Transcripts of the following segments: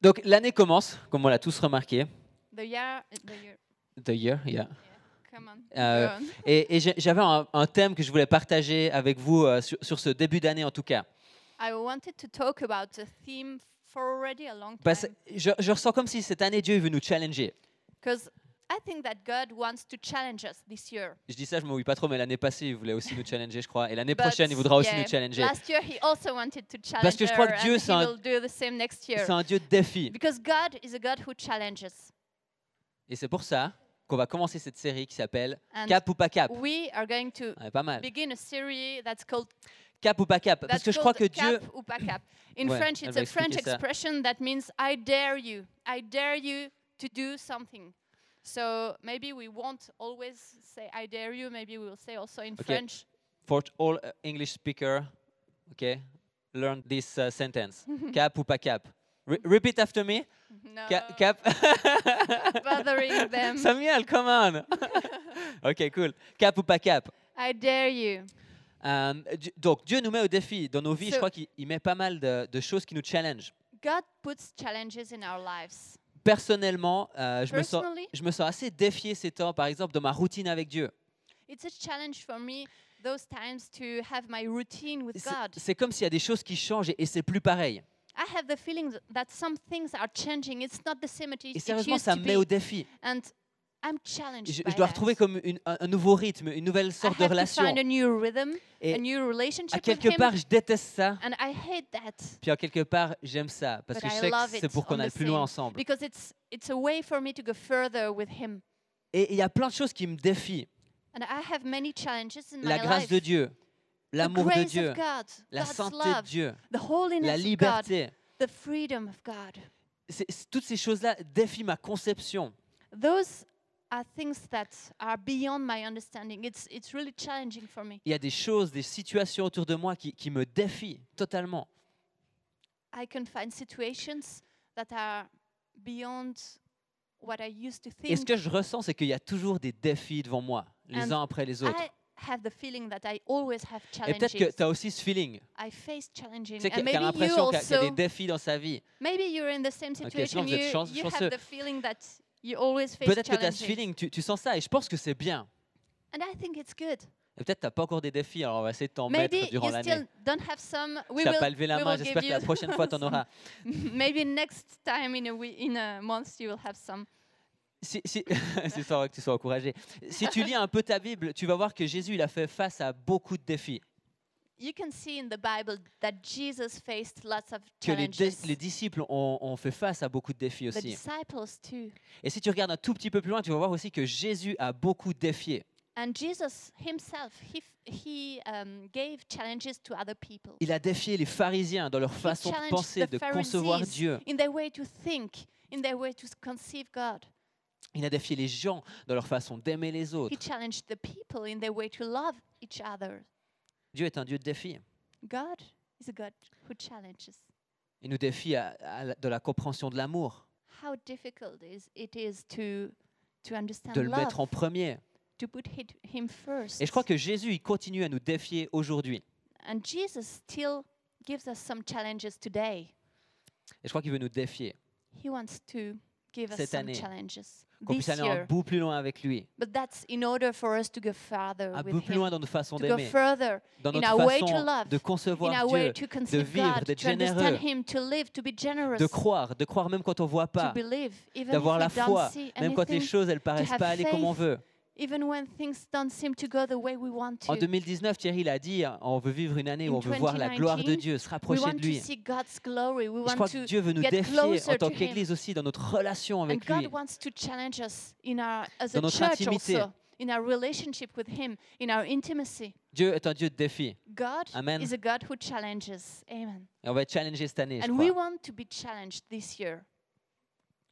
Donc l'année commence, comme on l'a tous remarqué. The year, the year. The year, yeah. Come on. Euh, Go on. Et, et j'ai- j'avais un, un thème que je voulais partager avec vous euh, sur, sur ce début d'année en tout cas. I wanted to talk about the theme for already a long Parce que time je, je ressens comme si cette année, Dieu il veut nous challenger. because I think that God wants to challenge us this year. Je dis ça, je ne m'oublie pas trop, mais l'année passée, il voulait aussi nous challenger, je crois. Et l'année But, prochaine, il voudra aussi yeah, nous challenger. Last year he also wanted to challenge que je crois que her, Dieu, and c'est un- he will do the same next year. C'est un Dieu de défi. Because God is a God who challenges. Et c'est pour ça qu'on va commencer cette série qui s'appelle And Cap ou pas cap. we are going to Ouais, pas mal. begin a series that's called Cap ou pas cap. Parce that's que je crois called que Dieu, Cap ou pas cap. In Ouais, French, elle it's va a French expliquer ça. expression that means I dare you. I dare you to do something. So maybe we won't always say I dare you. Maybe we will say also in Ok. French. for all uh, English speaker, okay, learn this uh, sentence. Cap ou pas cap. Re- repeat after me. No, Ca- cap. bothering them. Samuel, come on. ok, cool. Cap ou pas cap. I dare you. Euh, Dieu- donc Dieu nous met au défi dans nos vies. Je So- crois qu'il il met pas mal de, de choses qui nous challenge. God puts challenges in our lives. Personnellement, euh, je, me sens, Personally, je me sens assez défié ces temps, par exemple, de ma routine avec Dieu. it's a challenge for me those times to have my routine with C'est- God. C'est comme s'il y a des choses qui changent et, et c'est plus pareil. I have the feeling th- that some things are changing. It's not the same it, Et is- it sérieusement, used ça to me met au be. défi. And I'm challenged Je, by je dois that. retrouver comme une- un, un nouveau rythme, une nouvelle I sorte de have to relation. find a new rhythm, Et a new relationship à with quelque him, part, je déteste ça. and I hate that Puis à quelque part, j'aime ça. Parce But que je I sais love que c'est it pour qu'on on aille the plus loin same. ensemble. because it's it's a way for me to go further with him. Et il y a plein de choses qui me défient. And I have many challenges in La my grâce life. de Dieu, the l'amour de grace Dieu, of God, la God's sainteté de love, Dieu, the holiness la of God, liberté. the freedom of God. C'est- c'est- toutes ces choses-là défient ma conception. Those are things that are beyond my understanding. It's it's really challenging for me. Il y a des choses, des situations autour de moi qui, qui me défient totalement. I can find situations that are beyond what I used to Et ce think. que je ressens, c'est qu'il y a toujours des défis devant moi, les And uns après les autres. I have the feeling that I always have Et peut-être que challenges. tu as aussi ce feeling. I face Tu challenging. sais, qu'il And y a- qu'il y a maybe you l'impression qu'il y a- qu'il y a des also, défis dans sa vie. maybe you're in the same situation. sinon vous êtes chance- you you chanceux. have the feeling that you always face Peut-être que tu as ce challenges. feeling, tu, tu sens ça, et je pense que c'est bien. And I think it's good. Et peut-être que tu n'as pas encore des défis, alors on va essayer de t'en Maybe mettre durant you l'année. still don't have some. Tu We n'as will, pas levé la we main, will j'espère que give la you prochaine fois, tu en some. auras. maybe next time in a, we, in a month you will have some. Si, si, c'est ça, que tu sois encouragé. Si tu lis un peu ta Bible, tu vas voir que Jésus, il a fait face à beaucoup de défis. You can see in the Bible that Jesus faced lots of Que les, challenges. dis- les disciples ont, ont fait face à beaucoup de défis the aussi. disciples too. Et si tu regardes un tout petit peu plus loin, tu vas voir aussi que Jésus a beaucoup défié. And Jesus himself, he, f- he um, gave challenges to other people Il a défié les pharisiens dans leur façon de challenged penser, the de concevoir Pharisees. Dieu. in their way to think, in their way to s- conceive God. Il a défié les gens dans leur façon d'aimer les autres. He challenged the people in their way to love each other. Dieu est un Dieu de défi. God is a God who challenges. Il nous défie à- à la- de la compréhension de l'amour, How difficult is it is to to understand de le love, mettre en premier. to put hit- him first. Et je crois que Jésus, il continue à nous défier aujourd'hui. And Jesus still gives us some challenges today. Et je crois qu'il veut nous défier. He wants to give us Cette some année, challenges Qu'on this puisse aller un year. bout plus loin avec lui, But that's in order for us to go further un with peu plus him, loin dans nos façons to go d'aimer, further dans in notre our way to façon love, de in our concevoir way Dieu, to conceive vivre, God, d'être to understand généreux, him, to live, to be generous, de croire, de croire même quand on voit to pas, believe, even if d'avoir la we foi, don't see même quand les anything, choses elles paraissent have pas aller comme on faith. veut. even when things don't seem to go the way we want En to. 2019, Thierry l'a dit, hein, on veut vivre une année où In on veut voir la gloire de 2019, Dieu, se We rapprocher de want to lui. see God's Et glory. We Je want crois que to Dieu veut nous get défier en closer tant to him. qu'Église aussi dans notre relation And avec lui. God wants to challenge us in our as Dans a notre church intimité. also, in our relationship with Him, in our intimacy. Dieu est un Dieu de défi. God Amen. is a God who challenges. Amen. Et on va être challengé cette année, je And we crois. want to be challenged this year.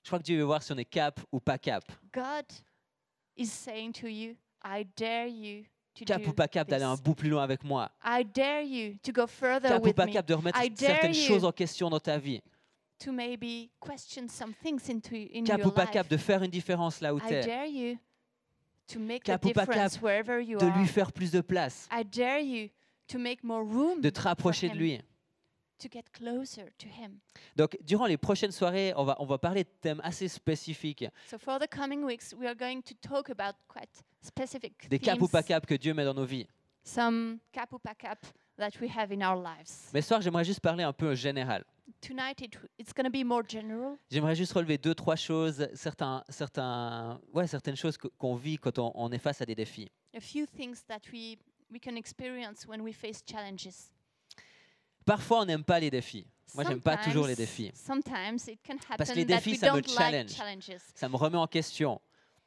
Je crois que Dieu veut voir si on est cap ou pas cap. God is saying to you, I dare you to Cap do ou pas cap d'aller un this. bout plus loin avec moi. I dare you to go further Cap ou with pas me, cap de remettre I dare certaines you. choses en question dans ta vie. to maybe question some things into in Cap your ou pas life. cap de faire une différence là où I tu es. dare you to make Cap a ou pas difference cap wherever you De are. lui faire plus de place. I dare you to make more room De te for rapprocher de him. lui. to get closer to Him. Donc, durant les prochaines soirées, on va, on va parler de thèmes assez spécifiques, So for the coming weeks, we are going to talk about quite specific des cap ou themes, pas cap que Dieu met dans nos vies. some kapupa cap that we have in our lives. Mais ce soir, j'aimerais juste parler un peu en général. Tonight, it, it's going to be more general. J'aimerais juste relever deux, trois choses, certains, certains, ouais, certaines choses que- qu'on vit quand on, on est face à des défis. a few things that we, we can experience when we face challenges. Parfois, on n'aime pas les défis. Moi, j'aime pas toujours les Sometimes- défis. Sometimes it can happen que les that défis, we ça me don't like challenge. challenges Ça me remet en question.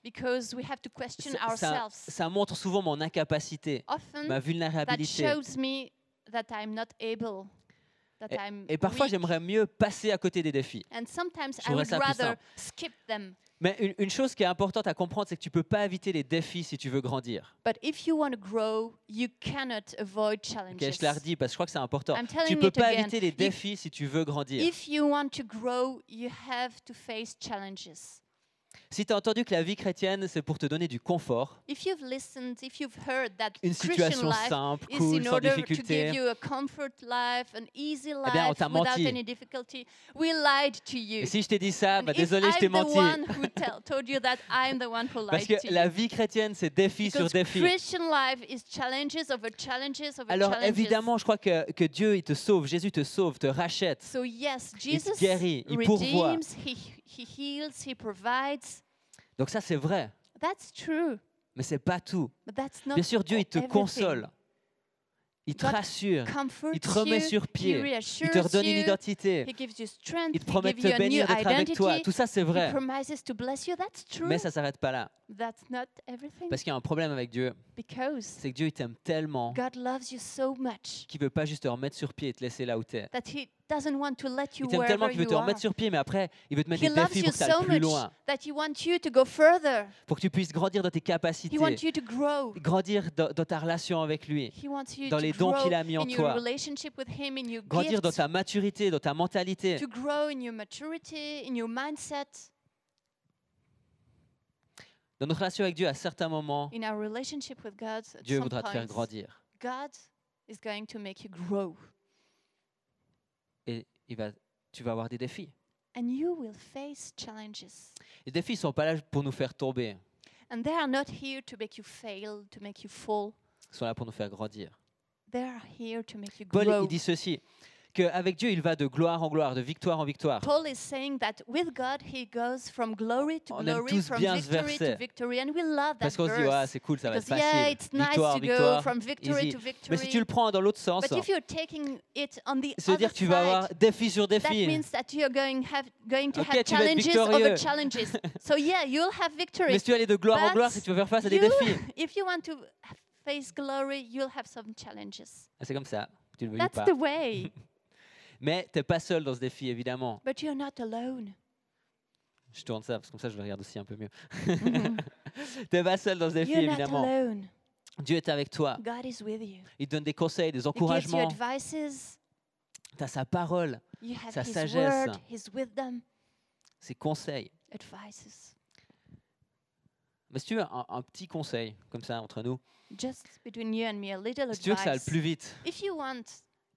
because we have to question Ça, ça- ourselves. ça montre souvent mon incapacité, Often ma that vulnérabilité. shows me that I'm not able, that I'm Et parfois, weak. j'aimerais mieux passer à côté des défis. And sometimes I trouverais would ça plus rather simple. skip them. Mais une, une chose qui est importante à comprendre, c'est que tu peux pas éviter les défis si tu veux grandir. But if you want to grow, you cannot avoid Ok, challenges. je la redis parce que je crois que c'est important. I'm Tu telling peux it pas again. éviter les If- défis si tu veux grandir. If you want to grow, you have to face challenges. Si tu as entendu que la vie chrétienne, c'est pour te donner du confort, If you've listened, if you've heard that une Christian situation life simple, is cool, in sans order to give difficulté, Eh you a comfort life, an easy life bien, on t'a without menti. any difficulty. We lied to you. et si je t'ai dit ça, And bah, if désolé, je t'ai I'm the menti. one who tell, told you that I'm the one who Parce lied que to la you. vie chrétienne, c'est défi sur Because défi. Christian life is challenges over challenges over Alors challenges. évidemment, je crois que, que Dieu, il te sauve, Jésus te sauve, te rachète. so yes, Jesus guérit, il pourvoit. redeems, he, he heals, he provides. Donc ça, c'est vrai, That's true, mais c'est pas tout. but that's not Bien sûr, Dieu, il te everything. console, il te God rassure, Comforts il te remet you, sur he pied, il reassures te redonne une you, identité, He gives you strength. il te he promet de gives te you a new bénir, d'être avec identity. toi. Tout ça, c'est He vrai, promises to bless you. That's true. mais ça s'arrête pas là. That's not everything. Parce qu'il y a un problème avec Dieu, Because c'est que Dieu, il t'aime tellement God loves you so much qu'il veut pas juste te remettre sur pied et te laisser là où t'es. that He doesn't want to let Il you t'aime tellement wherever qu'il veut you te are. remettre sur pied, mais après, il veut te mettre He des loves défis you pour que tu ailles so plus much loin, that He wants you to go further. pour que tu puisses grandir dans tes He capacités, wants you to grow. grandir dans, dans ta relation avec lui, He wants you dans to les dons grow qu'il a mis en in your toi, relationship with Him, in your grandir dans gifts, ta maturité, dans ta mentalité. to grow in your maturity, in your mindset, Dans notre relation avec Dieu, à certains moments, in our relationship with God. at Dieu some voudra te faire points, grandir God is going to make you grow. et il va, tu vas avoir des défis. and you will face challenges. Les défis ne sont pas là pour nous faire tomber, And they are not here to make you fail, to make you fall. ils sont là pour nous faire grandir. They are here to make you Paul, grow. il dit ceci, qu'avec Dieu, il va de gloire en gloire, de victoire en victoire. Paul is saying that with God he goes from glory to On aime glory, tous from bien ce victory to verset. victory, and we love that Parce qu'on se dit, ouais, verse. c'est cool, ça va être because yeah, facile. it's nice Victoire, to go victoire. from victory easy. to Mais victory. si tu le prends dans l'autre sens, but if you're taking it on the se other dire que tu vas side, avoir défi sur that défi. means that you're going have going to Ok, have tu vas être challenges over victorieux. challenges. so yeah, you'll have victory. Mais si tu allais de gloire en But gloire, c'est que tu vas faire face à des you- défis. if you want to h- face glory, you'll have some challenges. Ah, C'est comme ça, tu le veux ou That's pas. the way. Mais t'es pas seul dans ce défi, évidemment. But you're not alone. Je tourne ça, parce que comme ça, je le regarde aussi un peu mieux. t'es pas seul dans ce défi, You're not évidemment. Ah. alone. Dieu est avec toi. God is with you. Il te donne des conseils, des He gives you encouragements. advices. T'as sa parole, You have Sa His sagesse. word, His wisdom, ses conseils. advices. Mais si tu veux un, un petit conseil, comme ça, entre nous, Just between you and me, a little si tu veux que ça aille advice. plus vite, If you want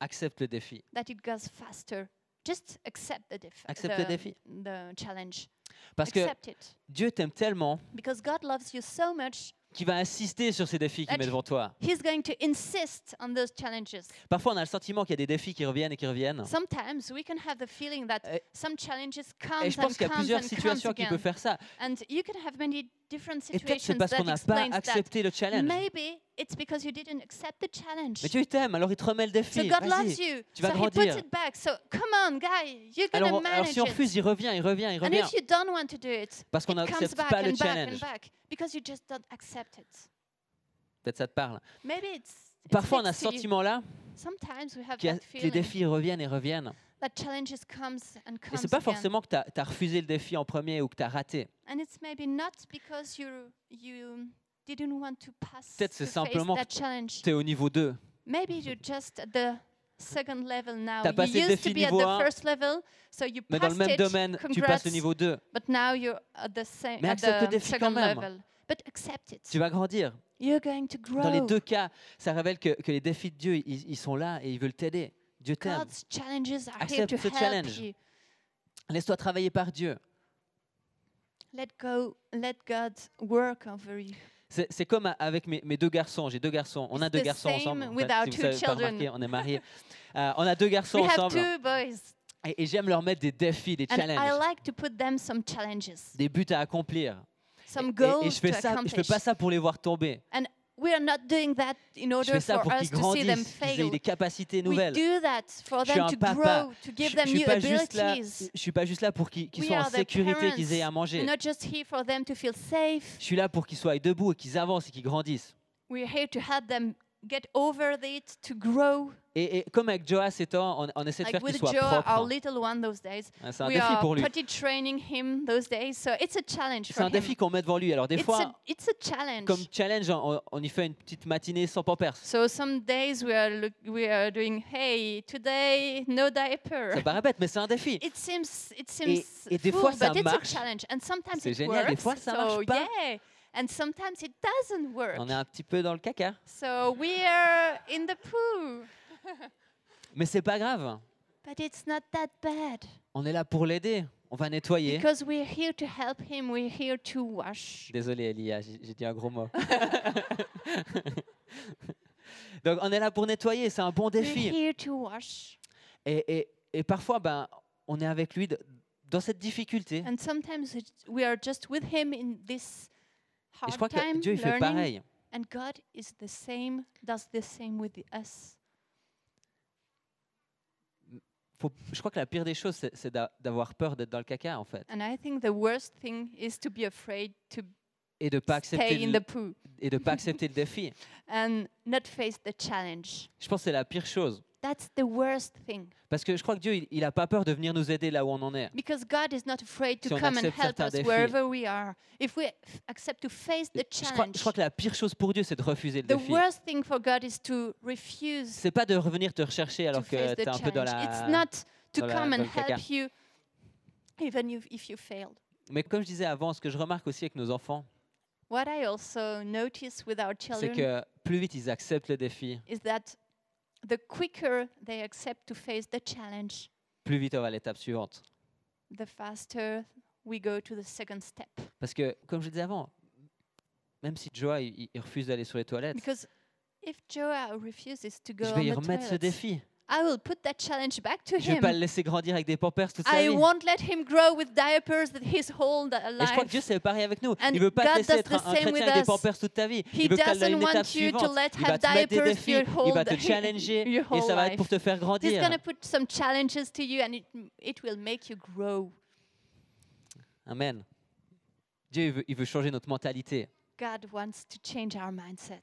accepte le défi. that it goes faster, just accept the, def- Accepte the, le défi. the challenge. Parce que accept it. Dieu t'aime tellement Because God loves you so much, qu'il va insister sur ces défis qu'il That met he- devant toi. He's going to insist on those challenges. Parfois, on a le sentiment qu'il y a des défis qui reviennent et qui reviennent. Sometimes we can have the feeling that Et- some challenges Eh, Et comes je pense and qu'il y a comes plusieurs and comes situations qui again. peuvent faire ça. And you can have many different Et peut-être c'est situations parce qu'on that n'a pas explains that. accepté le challenge. Maybe it's because you didn't accept the challenge. Mais Dieu il t'aime, alors il te remet le so défi. God Vas-y. loves you. tu vas so He puts grandir. it back. So come on, guy, you're Alors, on- gonna alors manage si on it. refuse, il revient, il revient, il And revient. if you don't want to do it, Parce qu'on it comes n'accepte back pas le and back and challenge. back because you just don't accept it. Peut-être ça te parle. Maybe it's. it's Parfois, on a fixed ce to you. sentiment-là Sometimes we have qu'il y a- that que les feeling défis reviennent et reviennent. that challenges comes and Et comes c'est pas again. forcément que tu as, refusé le défi en premier ou que tu as raté. And it's maybe not because you you didn't want to pass Peut-être c'est to simplement face that challenge. Tu es au niveau 2. Maybe you're just at the second level now. T'as passé you le used to défi be at niveau the un, first level, so you Mais dans le passed même it. domaine, tu passes le congrats, niveau 2. But now you're at the same Mais at accepte le the défi quand second même. level. But accept it. Tu vas grandir. You're going to grow. Dans les deux cas, ça révèle que, que les défis de Dieu, ils, ils sont là et ils veulent t'aider. Dieu t'aime. God's challenges are here Accepte to ce help challenge. you. Laisse-toi travailler par Dieu. Let go. Let God work over you. C'est c'est comme a- avec mes, mes deux garçons. J'ai deux garçons. On a It's deux the garçons same ensemble. en fait, with our si vous two savez pas children. remarqué, on est mariés. Euh, on a deux garçons we have ensemble. two boys, Et, et j'aime leur mettre des défis, des and I challenges, like to put them some challenges, des buts à accomplir. Et, some et- et goals je fais to ça. Je fais accomplish. pas ça pour les voir tomber. We are not doing that in Je order fais ça for pour qu'ils us to see them grandissent, qu'ils aient fail. des capacités We nouvelles. do that for Je suis them un to papa. grow, to Je, give je them suis new pas juste là. abilities. Je suis pas juste là pour qu'ils qu'ils We soient en are their sécurité, qu'ils aient à parents. We're manger. not just here for them to feel safe. Je suis là pour qu'ils soient debout et qu'ils avancent et qu'ils grandissent. We're here to help them get over it, to grow. Et, et comme avec Joa, c'est temps, on, on essaie de Like faire qu'il with soit Joe, propre. our little one those days, hein. C'est un we défi are pour lui. pretty training him those days. So it's a challenge C'est for un him. défi qu'on met devant lui. Alors des It's fois, a, it's a challenge. comme challenge, on, on y fait une petite matinée sans pampers. So some days we are look, we are doing hey today no diaper. Ça paraît bête, mais c'est un défi. It seems it seems et des full, fois, ça but it's marche. a challenge and sometimes C'est it génial, des works. fois, ça so marche pas. yeah, and sometimes it doesn't work. On est un petit peu dans le caca, So we are in the poo, mais c'est pas grave. but it's not that bad On est là pour l'aider. On va nettoyer. because we're here to help him. We're here to wash. Désolé, Elia, j'ai j'ai dit un gros mot. Donc on est là pour nettoyer. C'est un bon We're défi. here to wash. Et, et- et parfois, ben, on est avec lui de- dans cette difficulté. And sometimes it, we are just with him in this Et hard je crois time que Dieu il fait learning. pareil. And God is the same, does the same with us. Faut- je crois que la pire des choses, c'est c'est d'a- d'avoir peur d'être dans le caca, en fait, And I think the worst thing is to be afraid to et de pas accepter stay in the le, poo et de pas accepter le défi. and not face the challenge. Je pense que c'est la pire chose, That's the worst thing parce que je crois que Dieu, il, il a pas peur de venir nous aider là où on en est. because God is not afraid to Si on come accepte and help certains us défis. wherever we are. If we f- accept to face the Je crois, challenge, je crois que la pire chose pour Dieu, c'est de refuser le the défi. worst thing for God is to refuse C'est pas de revenir te rechercher to alors que face the t'es un peu dans challenge. It's la. not to dans la- come dans and le caca. help you even if, if you failed. Mais comme je disais avant, ce que je remarque aussi avec nos enfants, What I also notice with our c'est children que plus vite ils acceptent le défi, is that the quicker they accept to face the challenge, plus vite on va à l'étape suivante. the faster we go to the second step. Parce que, comme je le disais avant, même si Joa il, il refuse d'aller sur les toilettes, Because if Joa refuses to go je on vais y the remettre ce toilet, défi. I will put that challenge back to Je vais pas le him. laisser grandir avec des pampers toute sa vie. I won't let him grow with diapers that his whole da- Et je crois que Dieu life. c'est pareil avec nous. And il veut pas God te laisser does être un, the un same with chrétien avec des us. pampers toute ta vie. He il veut que t'ailles à doesn't une étape want you to suivante. let Il va have te mettre des diapers défis, your il whole, va te di- challenger your et whole ça va être pour life. te faire He's grandir. going to put some challenges to you and it, it will make you grow. Amen. Dieu il veut, il veut changer notre mentalité. God wants to change our mindset.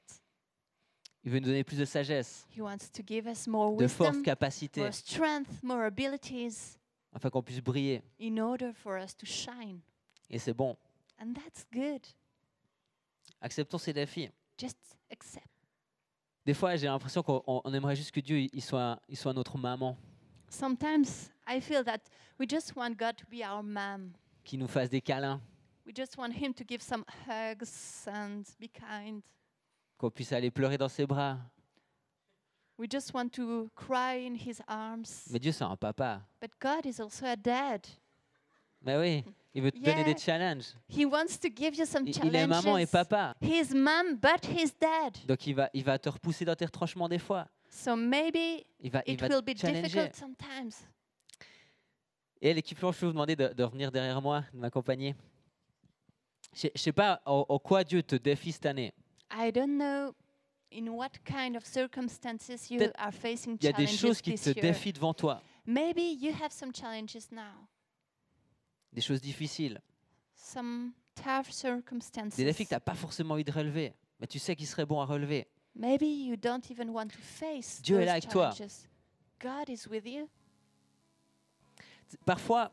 Il veut nous donner plus de sagesse, He wants to give us more de force, wisdom, capacité, more strength, more abilities afin qu'on puisse briller. in order for us to shine. Et c'est bon. And that's good. Acceptons ces défis. Just accept. Des fois, j'ai l'impression qu'on on- on aimerait juste que Dieu il il soit, il soit notre maman, Sometimes I feel that we just want God to be our mom. qui nous fasse des câlins, We just want Him to give some hugs and be kind. qu'on puisse aller pleurer dans ses bras. We just want to cry in His arms. Mais Dieu, c'est un papa. But God is also a dad. Mais oui, il veut te donner Yeah. des challenges. He wants to give you some Il, challenges. il est maman et papa. He is mom, but He's dad. Donc il va, il va te repousser dans tes retranchements des fois. So maybe Il va, il it va will be te challenger. difficult sometimes. Et l'équipe blanche, je vais vous demander de, de revenir derrière moi, de m'accompagner. Je ne sais pas en, en quoi Dieu te défie cette année. I don't know in what kind of circumstances you Peut-être are facing Il y a des challenges choses qui this te year. défient devant toi, Maybe you have some challenges now, des choses difficiles, some tough des défis que circumstances. tu n'as pas forcément envie de relever, mais tu sais qu'ils seraient bons à relever. Maybe you don't even want to face Dieu est those là avec toi. challenges. God is with you. T- Parfois,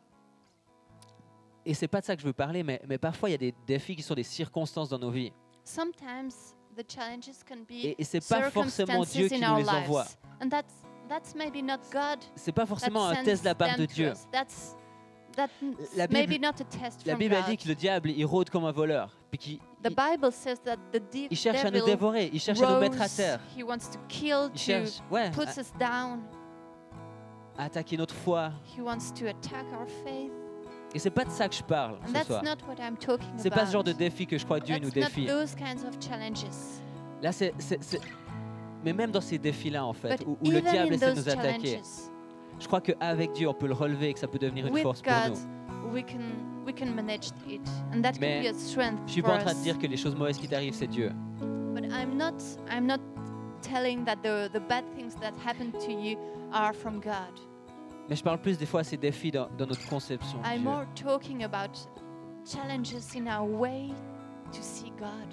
et c'est pas de ça que je veux parler, mais, mais parfois il y a des défis qui sont des circonstances dans nos vies. Sometimes the challenges can be Et, et c'est pas forcément Dieu circumstances qui in nous our les envoie. lives, and that's that's maybe not God. C'est pas That forcément un sends test de la part them de to Dieu. us. That's that's La Bible- maybe not a test La from Bible a God. dit que le diable, il rôde comme un voleur, puis qu'il The il- Bible says that the de- il cherche à nous devil dévorer, il cherche à nous mettre à rose, terre. He wants to kill, Il to cherche, ouais, puts us down. à- attaquer notre foi. He wants to attack our faith. Et c'est pas de ça que je parle And ce that's soir. not what I'm talking C'est about. pas ce genre de défi que je crois que Dieu that's nous not défie. those kinds of challenges. Là, c'est, c'est- c'est- Mais même dans ces défis-là, en fait, But où, où le even diable in essaie de those nous attaquer, challenges, je crois qu'avec Dieu, on peut le relever et que ça peut devenir une force with pour God, nous. we can we can manage it, and that Mais can be a strength Je suis for pas en train de us. dire que les choses mauvaises qui t'arrivent, c'est Dieu. But I'm not I'm not telling that the the bad things that happen to you are from God. Mais je parle plus des fois de ces défis dans, dans notre conception de I'm Dieu. more talking about challenges in our way to see God,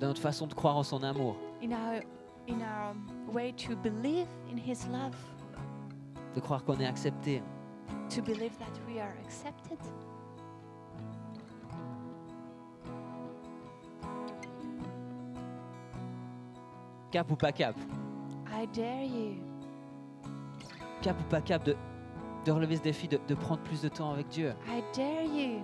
dans notre façon de croire en son amour, in our in our way to believe in His love, de croire qu'on est accepté. to believe that we are accepted. Cap ou pas cap I dare you. Cap ou pas cap de, de relever ce défi, de, de prendre plus de temps avec Dieu I dare you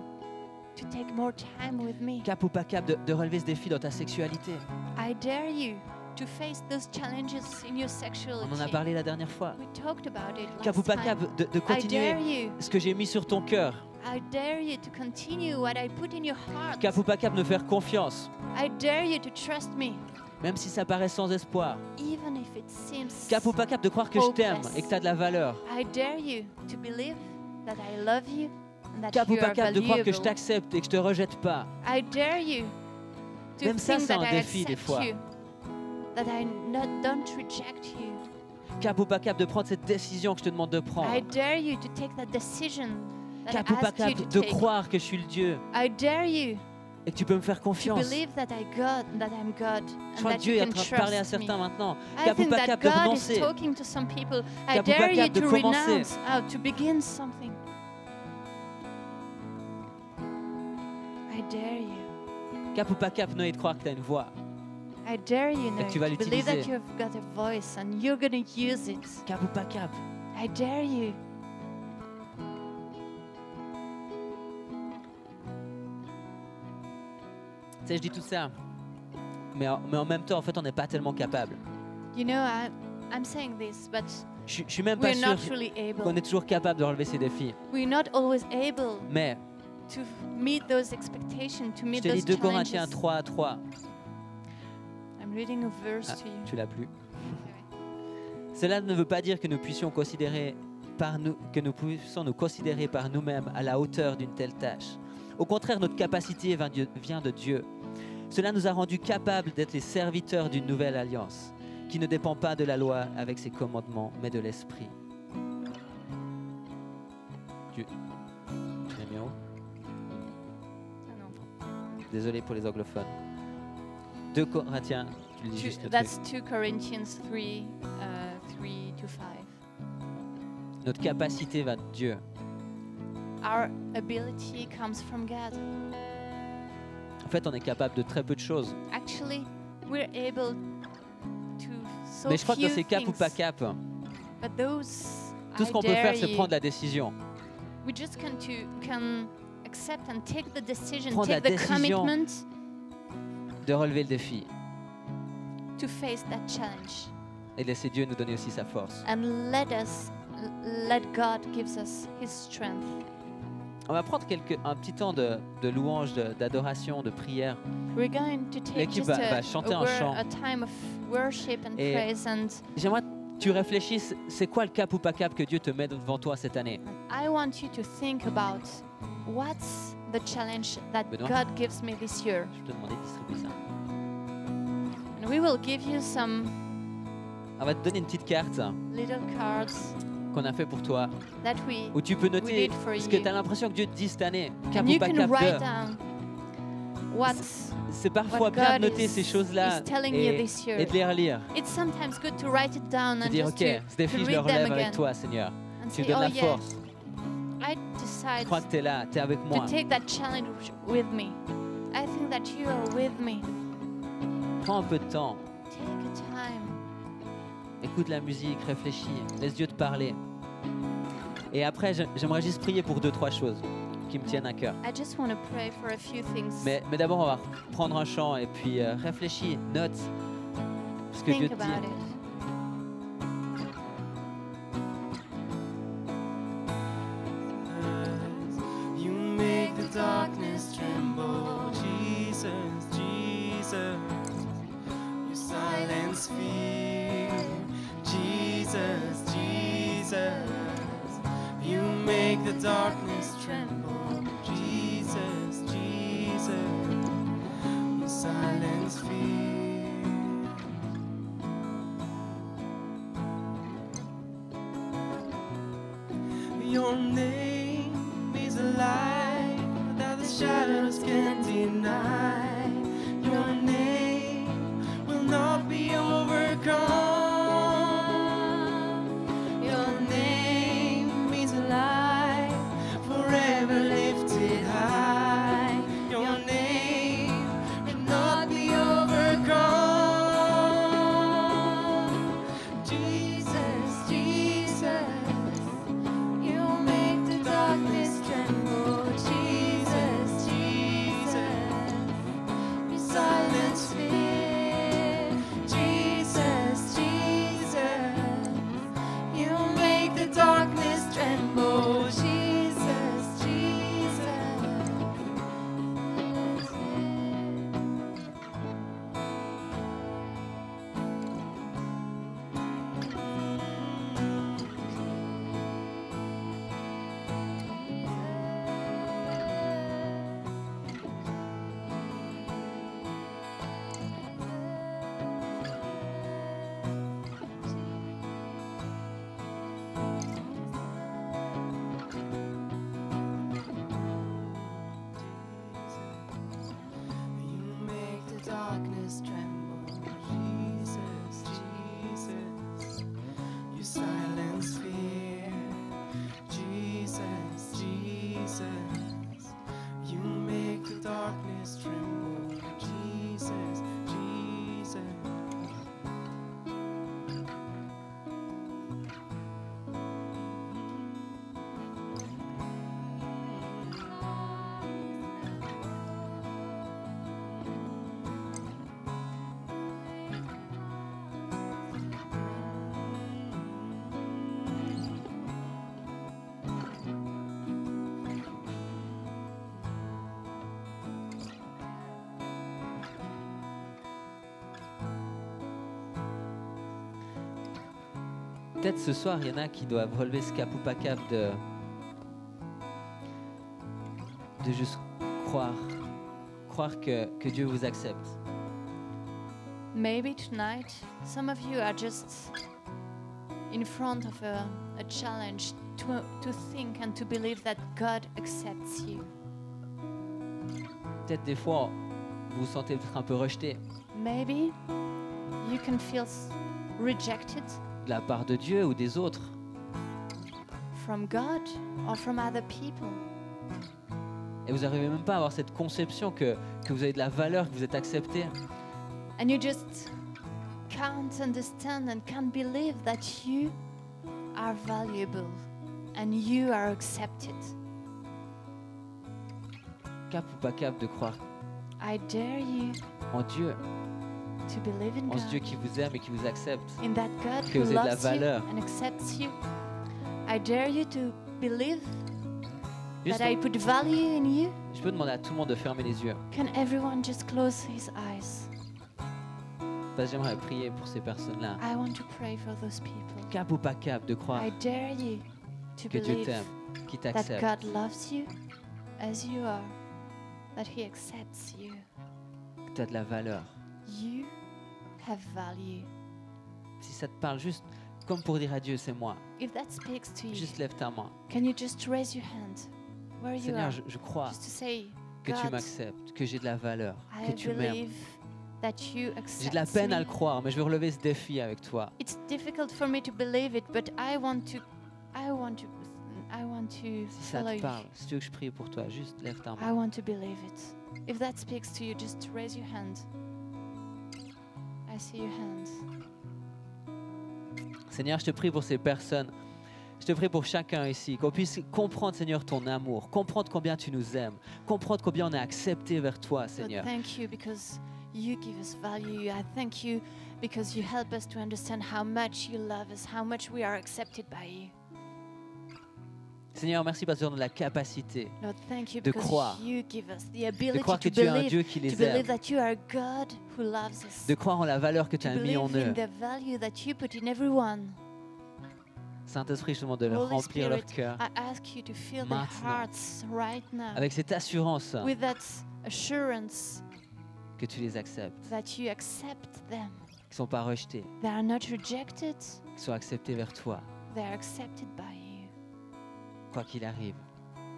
to take more time with me. Cap ou pas cap de, de relever ce défi dans ta sexualité I dare you to face those challenges in your sexuality. On en a parlé la dernière fois. We talked about it Cap ou last pas time. cap de, de I dare continuer you. ce que j'ai mis sur ton cœur I dare you to continue what I put in your heart. Cap ou pas cap de faire confiance, I dare you to trust me, même si ça paraît sans espoir even if it seems. Cap ou pas cap de croire que je t'aime et que tu as de la valeur I dare you to believe that I love you and that Cap you ou pas are cap de croire que je valuable. t'accepte et que je te rejette pas I dare you to Même ça, think c'est un that I défi, des accept fois. you, that I not, don't reject you. Cap ou pas cap de prendre cette décision que je te demande de I prendre dare you to take that decision that Cap I ou pas asked cap you to de take. croire que je suis le Dieu I dare you et que tu peux me faire to confiance believe that I God, that I'm God, Je and crois que that Dieu you est en can train de trust parler à me. certains maintenant. I Cap ou think pas that cap de God is renoncer. talking to some people. I Cap ou pas dare you cap de to commencer. renounce, uh, to begin something. I dare you. Cap ou pas cap, Noé, de croire que tu as une voix. I dare you que now tu vas to believe that l'utiliser. you've got a voice and you're gonna use it. Cap ou pas cap. I dare you. Tu sais, je dis tout ça. Mais en, mais en même temps, en fait, on n'est pas tellement capable. You know, I, I'm saying this, but Je suis- je suis même pas we're not sûr really able. qu'on est toujours capable de relever ces défis. We're not always able Mais to f- meet those expectations, to je meet te lis those 2 challenges. Corinthiens 3 à 3. I'm reading a verse Ah, to you. Tu l'as plus. Cela ne veut pas dire que nous puissions considérer par nous, que nous puissions nous considérer par nous-mêmes à la hauteur d'une telle tâche. Au contraire, notre capacité vient Dieu- vient de Dieu. Cela nous a rendus capables d'être les serviteurs d'une nouvelle alliance, qui ne dépend pas de la loi avec ses commandements, mais de l'esprit. Dieu. Tu l'as mis en haut Ah, non. Désolé pour les anglophones. 2 Corinthiens, tu le dis Two- juste le truc. that's 2 Corinthians 3, uh, 3 to 5. Notre capacité va de Dieu. Our ability comes from God. En fait, on est capable de très peu de choses. Actually, we're able to so Mais je crois que few dans ces cap ou things, pas cap, But those tout I ce qu'on peut faire, dare c'est you. prendre la décision. We just can to can accept and take the decision, Prendre la take the décision. commitment De relever le défi to face that challenge, et de laisser Dieu nous donner aussi sa force. and let us let God gives us His strength. On va prendre quelques, un petit temps de, de louange, de- d'adoration, de, prière. We're going to take L'équipe just va- a, va chanter a un wor- chant. a time of worship and Et- praise, and J'aimerais que tu réfléchisses, c'est quoi le cap ou pas cap que Dieu te met devant toi cette année I want you to think about what's the challenge that Benoît? God gives me this year, Je vais te demander de distribuer ça. and we will give you some On va te donner une petite carte little cards qu'on a fait pour toi that we où tu peux noter did for ce que you. tu as l'impression que Dieu te dit cette année. Cap and ou you pas can cap write de. down what's C'est parfois what bien God de noter is, ces choses-là is telling you et, this year. et de les relire. It's sometimes good to write it down De and dire, just ok, to, ce défi, je le read them relève avec again. toi, Seigneur. and Tu say, me donnes oh la yeah, force. I Je decide crois que tu es là, tu es avec moi. to take that challenge with me. I think that you are with me. Prends un peu de temps, Take a time. écoute la musique, réfléchis, laisse Dieu te parler. Et après, je- j'aimerais juste prier pour deux, trois choses qui me tiennent à cœur. I just want to pray for a few things. Mais, mais d'abord, on va prendre un chant et puis euh, réfléchis, note ce que Dieu think te about dit. it. Jesus, Jesus, you silence fear. Jesus, Jesus, you make the darkness tremble. Jesus, Jesus, you silence fear. Your name is a light that the shadows can deny. Your name will not be overcome. Your name is a light forever lifted high. Your name will not be overcome. Jesus, Jesus. You make the darkness tremble, Jesus, Jesus. You silence fear, Jesus, Jesus. You make the darkness tremble, Jesus, Jesus. You make the darkness tremble, Jesus, Jesus. You silence fear, Jesus, Jesus. You make the darkness tremble, Jesus, Jesus. Peut-être ce soir, il y en a qui doivent relever ce cap ou pas cap de, de juste croire, croire que, que Dieu vous accepte. Maybe tonight, some of you are just in front of a, a challenge to, to think and to believe that God accepts you. Peut-être des fois, vous vous sentez peut-être un peu rejeté Maybe you can feel s- rejected de la part de Dieu ou des autres. from God or from other people. Et vous n'arrivez même pas à avoir cette conception que, que vous avez de la valeur, que vous êtes accepté. And you just can't understand and can't believe that you are valuable and you are accepted. Cap ou pas cap de croire I dare you en Dieu, to believe in en ce Dieu God, qui vous aime et qui vous accepte. in that God que who vous avez de la loves you valeur. and accepts you. I dare you to believe Juste, that I put value in you. je peux demander à tout le monde de fermer les yeux. Can everyone just close his eyes? Parce que j'aimerais prier pour ces personnes-là. I want to pray for those people. Cap ou pas cap de croire I dare you to que Dieu believe t'aime, qui that t'accepte. God loves you as you are, that He accepts you. que tu as de la valeur. You have value. Si ça te parle juste comme pour dire à Dieu, c'est moi, If that speaks to you, juste lève ta main. can you just raise your hand where you Seigneur, are? je, je crois Just to say, que tu God, m'acceptes, que j'ai de la valeur, I que tu m'aimes. believe that you J'ai accept de la peine à le me. croire, mais je veux relever ce défi avec toi. It's difficult for me to believe it, but I want to, I want to, I want to Si ça Ah follow te you. parle, si tu veux que je prie pour toi, juste lève ta I main. want to believe it. If that speaks to you, just raise your hand. I see your hand. Seigneur, je te prie pour ces personnes. Je te prie pour chacun ici, qu'on puisse comprendre, Seigneur, ton amour, comprendre combien tu nous aimes, comprendre combien on est accepté vers toi, Lord, Seigneur. thank you because you give us value. I thank you because you help us to understand how much you love us, how much we are accepted by you. Seigneur, merci parce que tu leur donnes la capacité Lord, thank you De because croire. you give us the de ability croire que to tu es un believe, Dieu qui to les believe aime, that you are a God who loves us. de croire en la valeur que tu to as mis en believe in eux. the value that you put in everyone. Saint-Esprit, je te demande de leur Holy remplir leur Spirit, cœur I ask you to fill their Ah. Maintenant. hearts right now avec cette assurance with that assurance que tu les acceptes, that you accept them. qu'ils ne sont pas rejetés, They are not rejected, qu'ils sont acceptés vers toi, they are accepted by you. quoi qu'il arrive,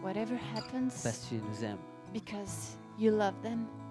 Whatever happens, parce que tu nous aimes. because you love them.